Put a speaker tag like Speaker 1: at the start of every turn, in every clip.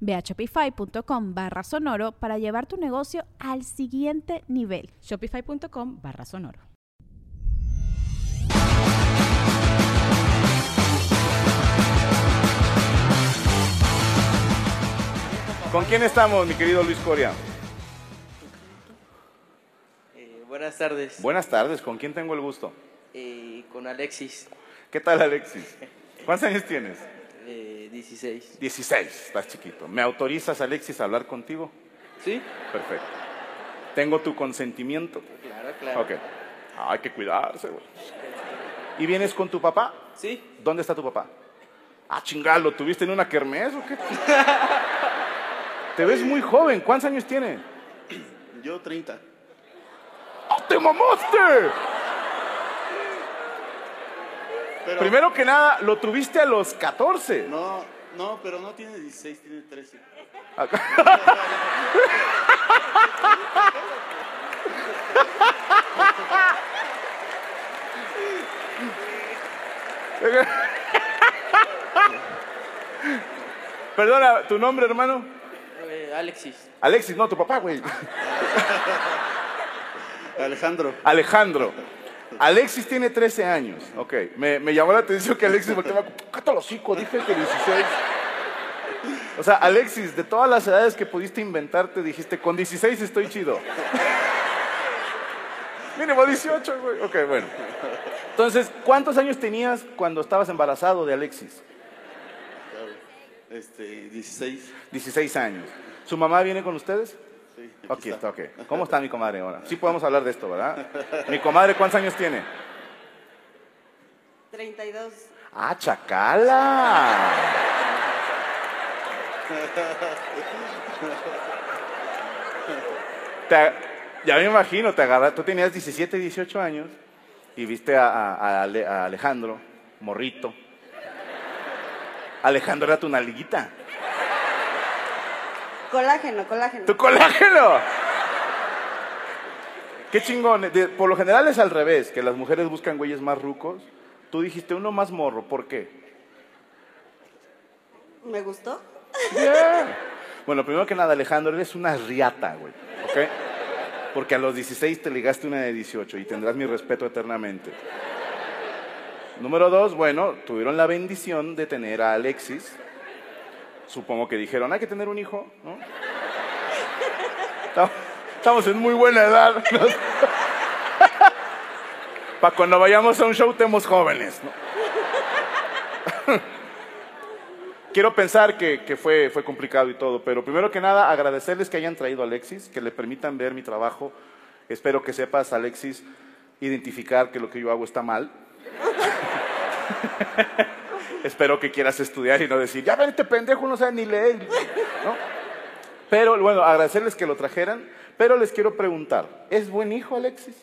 Speaker 1: Ve a shopify.com barra sonoro para llevar tu negocio al siguiente nivel.
Speaker 2: Shopify.com barra sonoro.
Speaker 3: ¿Con quién estamos, mi querido Luis Coria?
Speaker 4: Eh, buenas tardes.
Speaker 3: Buenas tardes, ¿con quién tengo el gusto?
Speaker 4: Eh, con Alexis,
Speaker 3: ¿Qué tal, Alexis? ¿Cuántos años tienes?
Speaker 4: eh, 16.
Speaker 3: 16, estás chiquito. ¿Me autorizas, Alexis, a hablar contigo?
Speaker 4: ¿Sí?
Speaker 3: Perfecto. ¿Tengo tu consentimiento?
Speaker 4: Claro, claro.
Speaker 3: Ok. Ah, hay que cuidarse, güey. ¿Y vienes con tu papá?
Speaker 4: ¿Sí?
Speaker 3: ¿Dónde está tu papá? Ah, chingado, ¿lo tuviste en una kermés o qué? Te ves muy joven, ¿cuántos años tiene?
Speaker 5: Yo 30.
Speaker 3: ¡Ah, te mamaste!
Speaker 5: Pero
Speaker 3: Primero que nada, lo tuviste a los 14.
Speaker 5: No, no, pero no tiene 16, tiene 13.
Speaker 3: Perdona, ¿tu nombre, hermano?
Speaker 4: Eh, Alexis.
Speaker 3: Alexis, no, tu papá, güey.
Speaker 5: Alejandro.
Speaker 3: Alejandro. Alexis tiene 13 años. Ok, me, me llamó la atención que Alexis me quedaba, cállate los hocico, dije que 16. O sea, Alexis, de todas las edades que pudiste inventarte, dijiste, con 16 estoy chido. Mínimo 18, güey. Ok, bueno. Entonces, ¿cuántos años tenías cuando estabas embarazado de Alexis?
Speaker 5: Este, 16.
Speaker 3: 16 años. ¿Su mamá viene con ustedes?
Speaker 5: Sí, aquí
Speaker 3: Ok, está, ok. ¿Cómo está mi comadre ahora? Sí podemos hablar de esto, ¿verdad? Mi comadre, ¿cuántos años tiene?
Speaker 6: 32.
Speaker 3: ¡Ah, chacala! Te- ya me imagino, te agarra, tú tenías 17, 18 años y viste a, a- a Ale- a Alejandro, morrito. Alejandro era tu nalguita.
Speaker 6: Colágeno, colágeno.
Speaker 3: ¡Tu colágeno! ¡Qué chingón! De- por lo general es al revés, que las mujeres buscan güeyes más rucos. Tú dijiste uno más morro, ¿por qué?
Speaker 6: ¿Me gustó?
Speaker 3: Bien. Bueno, primero que nada, Alejandro, eres una riata, güey. ¿Ok? Porque a los 16 te ligaste una de 18 y tendrás mi respeto eternamente. Número dos, bueno, tuvieron la bendición de tener a Alexis. Supongo que dijeron, hay que tener un hijo, ¿no? Estamos- Estamos en muy buena edad. Para cuando vayamos a un show, estemos jóvenes. ¿no? Quiero pensar que, que fue, fue complicado y todo, pero primero que nada, agradecerles que hayan traído a Alexis, que le permitan ver mi trabajo. Espero que sepas, Alexis, identificar que lo que yo hago está mal. Espero que quieras estudiar y no decir, ya ven, este pendejo no sabe ni leer. ¿no? Pero bueno, agradecerles que lo trajeran, pero les quiero preguntar, ¿es buen hijo Alexis?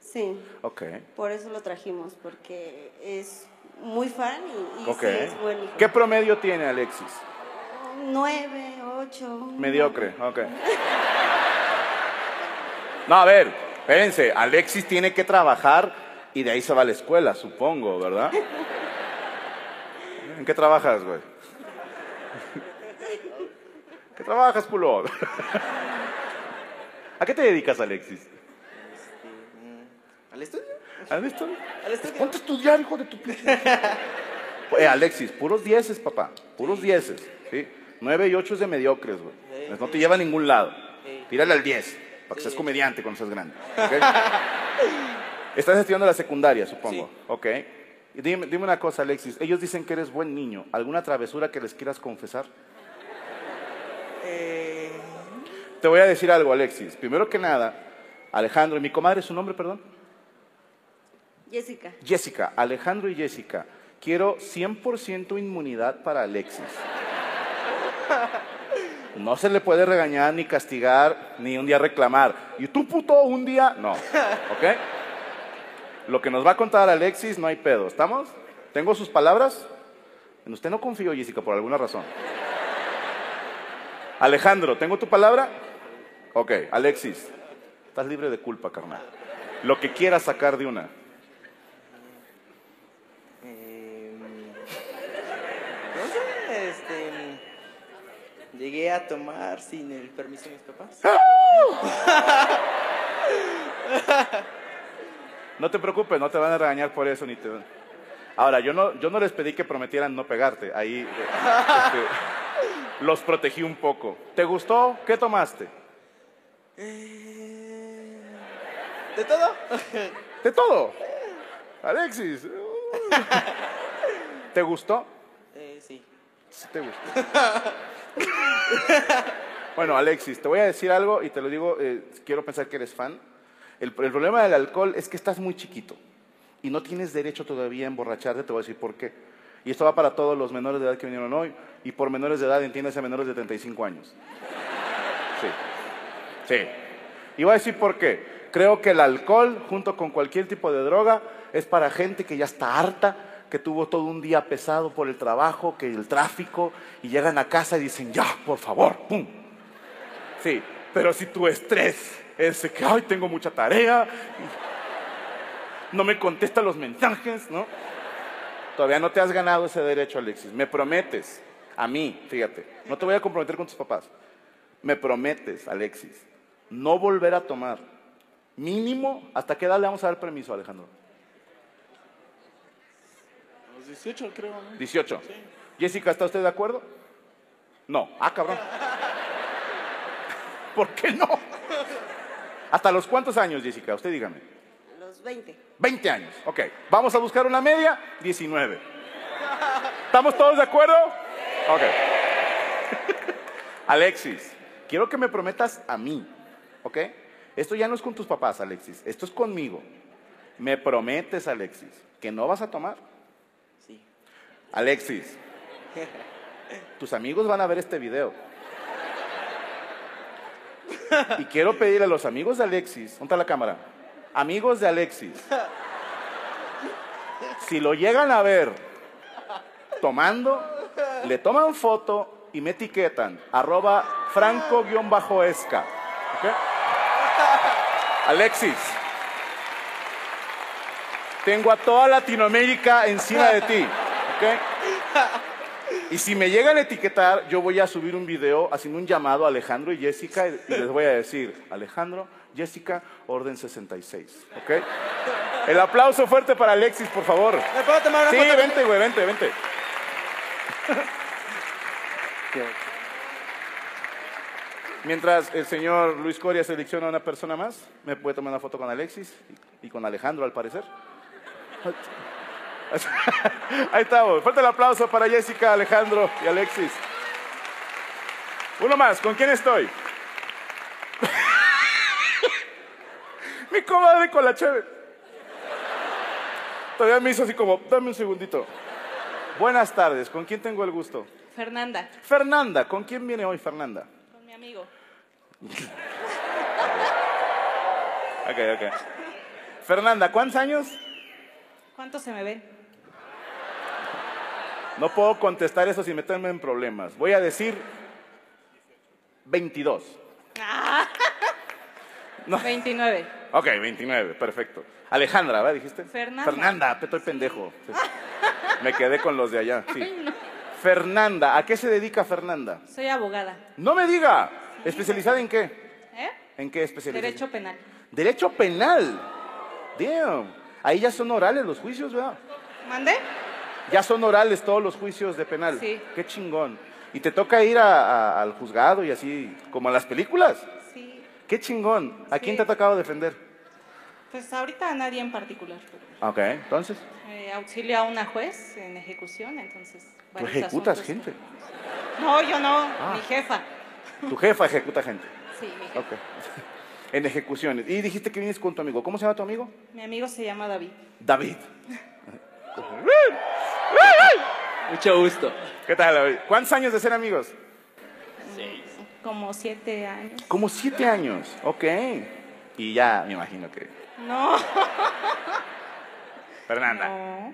Speaker 6: Sí,
Speaker 3: Ok.
Speaker 6: por eso lo trajimos, porque es muy fan y, y
Speaker 3: ok.
Speaker 6: sí es buen hijo.
Speaker 3: ¿Qué promedio tiene Alexis?
Speaker 6: Nueve, ocho.
Speaker 3: Mediocre, ok. No, a ver, espérense, Alexis tiene que trabajar y de ahí se va a la escuela, supongo, ¿verdad? ¿En qué trabajas, güey? ¿Qué trabajas, culo? ¿A qué te dedicas, Alexis?
Speaker 4: Este, mm, ¿Al estudio?
Speaker 3: ¿Has visto?
Speaker 4: ¿Al estudio?
Speaker 3: Ponte a estudiar, hijo de tu pinche. Eh, Alexis, puros dieces, papá. Puros dieces. ¿sí? Nueve y ocho es de mediocres, güey. Pues
Speaker 4: Sí.
Speaker 3: No te lleva a ningún lado.
Speaker 4: Sí.
Speaker 3: Tírale al diez, para que
Speaker 4: Sí.
Speaker 3: seas comediante cuando seas grande. ¿ok? Estás estudiando la secundaria, supongo.
Speaker 5: Sí.
Speaker 3: Ok. Y dime, dime una cosa, Alexis. Ellos dicen que eres buen niño. ¿Alguna travesura que les quieras confesar?
Speaker 4: Eh,
Speaker 3: Te voy a decir algo, Alexis. Primero que nada, Alejandro, mi comadre, ¿su nombre, perdón?
Speaker 6: Jessica,
Speaker 3: Jessica, Alejandro y Jessica, quiero 100% inmunidad para Alexis. No se le puede regañar, ni castigar, ni un día reclamar. Y tú, puto, un día, no. ¿Ok? Lo que nos va a contar Alexis, no hay pedo. ¿Estamos? ¿Tengo sus palabras? En usted no confío, Jessica, por alguna razón. Alejandro, ¿tengo tu palabra? Ok, Alexis, estás libre de culpa, carnal. Lo que quieras sacar de una.
Speaker 4: eh, no sé, este. Llegué a tomar sin el permiso de mis papás.
Speaker 7: Ah.
Speaker 3: No te preocupes, no te van a regañar por eso ni te. Ahora, yo no, yo no les pedí que prometieran no pegarte. Ahí eh, este, los protegí un poco. ¿Te gustó? ¿Qué tomaste?
Speaker 4: Eh, ¿De todo?
Speaker 3: De todo. Alexis. uh. ¿Te gustó?
Speaker 4: Eh, sí.
Speaker 3: Sí, te gustó. Bueno, Alexis, te voy a decir algo y te lo digo, eh, quiero pensar que eres fan. El, el problema del alcohol es que estás muy chiquito y no tienes derecho todavía a emborracharte, te voy a decir por qué. Y esto va para todos los menores de edad que vinieron hoy y por menores de edad entiéndase a menores de 35 años. Sí. Sí. Y voy a decir por qué. Creo que el alcohol, junto con cualquier tipo de droga, es para gente que ya está harta, que tuvo todo un día pesado por el trabajo, que el tráfico, y llegan a casa y dicen, ya, por favor, pum. Sí, pero si tu estrés es de que, ay, tengo mucha tarea, y no me contesta los mensajes, ¿no? Todavía no te has ganado ese derecho, Alexis. Me prometes, a mí, fíjate, no te voy a comprometer con tus papás. Me prometes, Alexis, no volver a tomar. Mínimo, ¿hasta qué edad le vamos a dar permiso, Alejandro?
Speaker 5: A los 18 creo, ¿no?
Speaker 3: 18. Jessica, ¿está usted de acuerdo? No. Ah, cabrón. ¿Por qué no? ¿Hasta los cuántos años, Jessica? Usted dígame.
Speaker 6: los 20.
Speaker 3: 20 años. Ok. Vamos a buscar una media, 19. ¿Estamos todos de acuerdo? Ok. Alexis, quiero que me prometas a mí, ¿ok? Esto ya no es con tus papás, Alexis, esto es conmigo. Me prometes, Alexis, que no vas a tomar.
Speaker 4: Sí.
Speaker 3: Alexis, tus amigos van a ver este video. Y quiero pedirle a los amigos de Alexis, ¿dónde está la cámara? Amigos de Alexis, si lo llegan a ver tomando, le toman foto y me etiquetan, arroba franco-esca. ¿Ok? Alexis, tengo a toda Latinoamérica encima de ti. ¿ok? Y si me llegan a etiquetar, yo voy a subir un video haciendo un llamado a Alejandro y Jessica y les voy a decir, Alejandro, Jessica, orden 66, ¿ok? El aplauso fuerte para Alexis, por favor.
Speaker 4: ¿Me puedo tomar una
Speaker 3: Sí,
Speaker 4: foto?
Speaker 3: vente, güey, vente, vente. Mientras el señor Luis Coria selecciona a una persona más, me puede tomar una foto con Alexis y y con Alejandro, al parecer. Ahí estamos. Fuerte el aplauso para Jessica, Alejandro y Alexis. Uno más, ¿con quién estoy? Mi comadre con la chévere. Todavía me hizo así como, dame un segundito. Buenas tardes, ¿con quién tengo el gusto?
Speaker 8: Fernanda,
Speaker 3: Fernanda, ¿con quién viene hoy Fernanda?
Speaker 8: con mi amigo.
Speaker 3: Ok, ok. Fernanda, ¿cuántos años?
Speaker 8: ¿Cuánto se me ve?
Speaker 3: No puedo contestar eso sin meterme en problemas. Voy a decir 22. No.
Speaker 8: 29.
Speaker 3: Ok, 29, perfecto. Alejandra, ¿verdad? Dijiste.
Speaker 8: Fernanda.
Speaker 3: Fernanda, estoy pendejo. Sí. Me quedé con los de allá. sí. Fernanda, ¿a qué se dedica Fernanda?
Speaker 8: Soy abogada.
Speaker 3: No me diga. ¿Especializada en qué?
Speaker 8: ¿Eh?
Speaker 3: ¿En qué especializada?
Speaker 8: Derecho penal.
Speaker 3: Derecho penal. Damn. Ahí ya son orales los juicios, ¿verdad?
Speaker 8: ¿Mandé?
Speaker 3: Ya son orales todos los juicios de penal.
Speaker 8: Sí.
Speaker 3: Qué chingón. Y te toca ir a- a- al juzgado y así, como en las películas.
Speaker 8: Sí.
Speaker 3: Qué chingón. ¿A quién
Speaker 8: Sí.
Speaker 3: te ha tocado defender?
Speaker 8: Pues ahorita a nadie en particular. pero,
Speaker 3: Ah, Ok, entonces.
Speaker 8: eh, auxilio a una juez en ejecución, entonces.
Speaker 3: Tú
Speaker 8: varios
Speaker 3: ejecutas
Speaker 8: asuntos.
Speaker 3: gente.
Speaker 8: No, yo no,
Speaker 3: Ah.
Speaker 8: mi jefa.
Speaker 3: Tu jefa ejecuta gente.
Speaker 8: Sí, mi jefa.
Speaker 3: Ok. en ejecuciones. Y dijiste que vienes con tu amigo. ¿Cómo se llama tu amigo?
Speaker 8: Mi amigo se llama David.
Speaker 3: David.
Speaker 4: Mucho gusto.
Speaker 3: ¿Qué tal, David? ¿Cuántos años de ser amigos?
Speaker 8: Como siete años.
Speaker 3: Como siete años. Ok. Y ya me imagino que.
Speaker 8: No,
Speaker 3: Fernanda.
Speaker 8: no,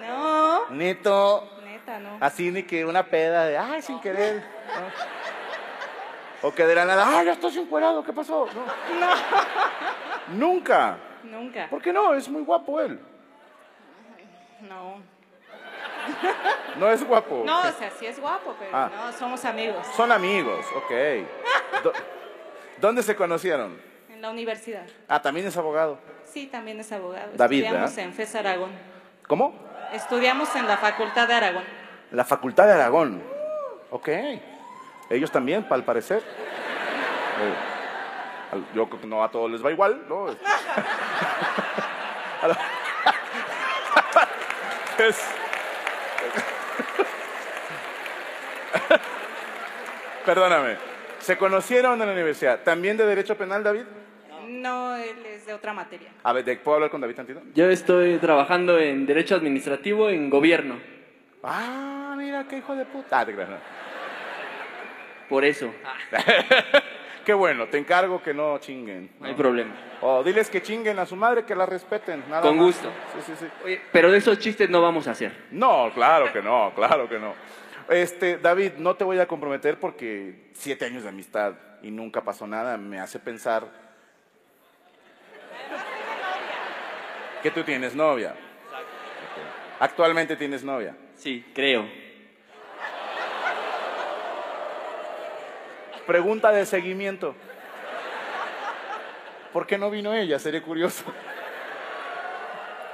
Speaker 8: no.
Speaker 3: Neto.
Speaker 8: Neta, no.
Speaker 3: Así ni que una peda de, ay, sin querer. ¿no? O que de la nada, ay, ya estoy encuerado, ¿qué pasó? No. Nunca.
Speaker 8: Nunca.
Speaker 3: ¿Por qué no? Es muy guapo él.
Speaker 8: No.
Speaker 3: No es guapo.
Speaker 8: No, o sea, sí es guapo, pero
Speaker 3: Ah.
Speaker 8: no, somos amigos.
Speaker 3: Son amigos, ok. Do- ¿Dónde se conocieron?
Speaker 8: En la universidad.
Speaker 3: Ah, también es abogado.
Speaker 8: Sí, también es abogado.
Speaker 3: David,
Speaker 8: Estudiamos
Speaker 3: ¿verdad?
Speaker 8: en FES Aragón.
Speaker 3: ¿Cómo?
Speaker 8: Estudiamos en la Facultad de Aragón.
Speaker 3: La Facultad de Aragón. Ok. Ellos también, pa- al parecer. Eh, al- Yo creo que no a todos les va igual, ¿no? A lo- Es- Perdóname. Se conocieron en la universidad. ¿También de Derecho Penal, David?
Speaker 8: No, él es de otra materia.
Speaker 3: A ver, ¿de- ¿puedo hablar con David tantito?
Speaker 7: Yo estoy trabajando en Derecho Administrativo en Gobierno.
Speaker 3: Ah, mira, qué hijo de puta. Ah, te creas, no.
Speaker 7: Por eso,
Speaker 3: Qué bueno, te encargo que no chinguen.
Speaker 7: no
Speaker 4: Ah.
Speaker 7: hay problema.
Speaker 3: O diles que chinguen a su madre, que la respeten. nada
Speaker 7: Con
Speaker 3: más.
Speaker 7: gusto.
Speaker 3: Sí, sí, sí.
Speaker 7: Oye, pero de esos chistes no vamos a hacer.
Speaker 3: No, claro que no, claro que no. Este, David, no te voy a comprometer porque siete años de amistad y nunca pasó nada me hace pensar que tú tienes novia. Ok. Actualmente tienes novia.
Speaker 7: Sí, creo.
Speaker 3: Pregunta de seguimiento. ¿Por qué no vino ella? Sería curioso.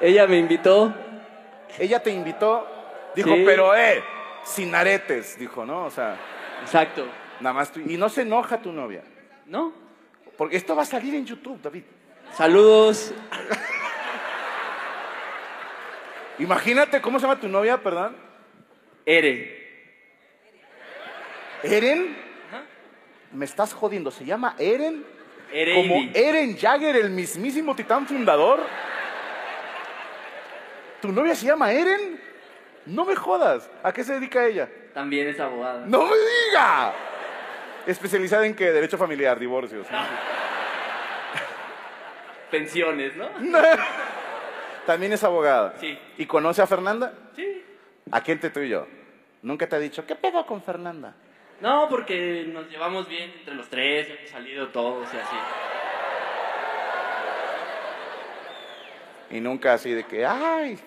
Speaker 7: Ella me invitó.
Speaker 3: Ella te invitó, dijo,
Speaker 7: Sí.
Speaker 3: pero eh, sin aretes, dijo, ¿no? O sea,
Speaker 7: Exacto.
Speaker 3: nada más tú. Y no se enoja tu novia.
Speaker 7: ¿No?
Speaker 3: Porque esto va a salir en YouTube, David.
Speaker 7: Saludos.
Speaker 3: Imagínate cómo se llama tu novia, perdón.
Speaker 7: Ere.
Speaker 3: Eren. Me estás jodiendo. ¿Se llama Eren?
Speaker 7: Ereidi.
Speaker 3: Como E- Eren Jagger, el mismísimo titán fundador. ¿Tu novia se llama Eren? No me jodas. ¿A qué se dedica ella?
Speaker 7: También es abogada.
Speaker 3: ¡No me diga! Especializada en qué? Derecho familiar, divorcios.
Speaker 7: Pensiones, ¿no?
Speaker 3: También es abogada.
Speaker 7: Sí.
Speaker 3: ¿Y conoce a Fernanda?
Speaker 7: Sí.
Speaker 3: Aquí entre tú y yo. Nunca te ha dicho, ¿qué pedo con Fernanda?
Speaker 7: No, porque nos llevamos bien entre los tres, hemos salido todos y así.
Speaker 3: Y nunca así de que, ay,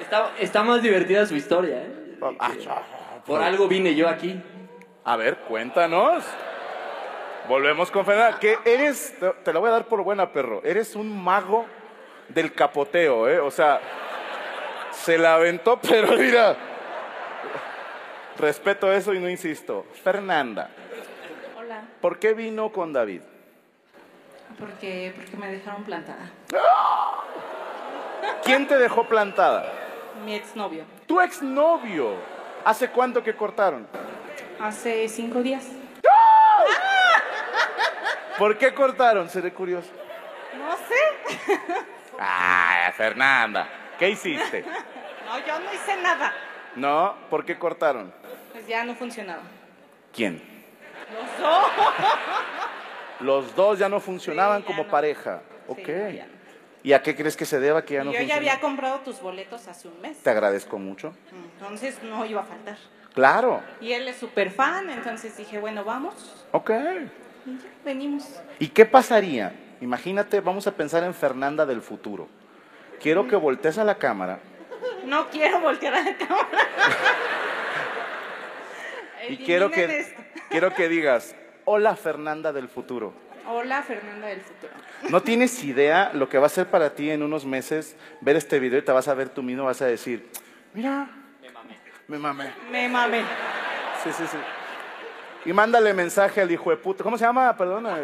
Speaker 7: Está, está más divertida su historia, ¿eh?
Speaker 3: Ah,
Speaker 7: Por algo vine yo aquí.
Speaker 3: A ver, cuéntanos. Volvemos con Fernanda. Que eres, te- te la voy a dar por buena, perro. Eres un mago del capoteo, ¿eh? O sea, se la aventó, pero mira. Respeto eso y no insisto. Fernanda,
Speaker 8: Hola.
Speaker 3: ¿por qué vino con David?
Speaker 8: Porque, porque me dejaron plantada.
Speaker 3: ¿Quién te dejó plantada?
Speaker 8: Mi exnovio.
Speaker 3: Tu exnovio. ¿Hace cuánto que cortaron?
Speaker 8: Hace cinco días.
Speaker 3: ¿Por qué cortaron? Seré curioso.
Speaker 8: No sé.
Speaker 3: Ah, Fernanda, ¿qué hiciste?
Speaker 8: No, yo no hice nada.
Speaker 3: No, ¿por qué cortaron?
Speaker 8: Pues ya no funcionaba.
Speaker 3: ¿Quién?
Speaker 8: Los dos.
Speaker 3: Los dos ya no funcionaban
Speaker 8: Sí, ya
Speaker 3: como
Speaker 8: no.
Speaker 3: pareja.
Speaker 8: Sí,
Speaker 3: Ok.
Speaker 8: ya no.
Speaker 3: ¿Y a qué crees que se deba que ya
Speaker 8: Y
Speaker 3: no
Speaker 8: yo ya
Speaker 3: funcionó?
Speaker 8: había comprado tus boletos hace un mes.
Speaker 3: Te agradezco mucho.
Speaker 8: Entonces no iba a faltar.
Speaker 3: Claro.
Speaker 8: Y él es súper fan, entonces dije, bueno, vamos.
Speaker 3: Ok.
Speaker 8: Y ya, venimos.
Speaker 3: ¿Y qué pasaría? Imagínate, vamos a pensar en Fernanda del futuro. Quiero que voltees a la cámara.
Speaker 8: No quiero voltear a la cámara.
Speaker 3: Y quiero
Speaker 8: Eliminen
Speaker 3: que,
Speaker 8: esto.
Speaker 3: quiero que digas, hola Fernanda del futuro.
Speaker 8: Hola, Fernanda del futuro.
Speaker 3: No tienes idea lo que va a ser para ti en unos meses ver este video y te vas a ver tú mismo, vas a decir, mira, me mamé. Me mamé.
Speaker 8: Me mame.
Speaker 3: Sí, sí, sí. Y mándale mensaje al hijo de puta. ¿Cómo se llama? Perdona.
Speaker 8: No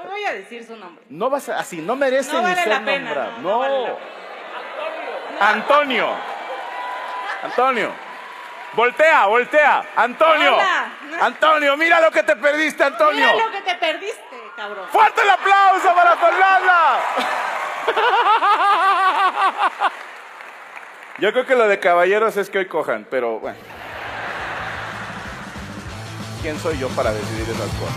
Speaker 8: voy voy a decir su nombre.
Speaker 3: No vas a, así, no merece
Speaker 8: No
Speaker 3: ni
Speaker 8: vale
Speaker 3: ser
Speaker 8: la pena,
Speaker 3: nombrado.
Speaker 8: no, no vale la
Speaker 3: No. Antonio. Antonio. Voltea, voltea. Antonio.
Speaker 8: Hola.
Speaker 3: Antonio, mira lo que te perdiste, Antonio.
Speaker 8: Mira lo que te perdiste, cabrón.
Speaker 3: ¡Fuerte el aplauso para Fernanda! Yo creo que lo de caballeros es que hoy cojan, pero bueno. ¿Quién soy yo para decidir esas cosas?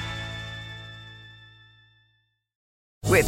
Speaker 9: With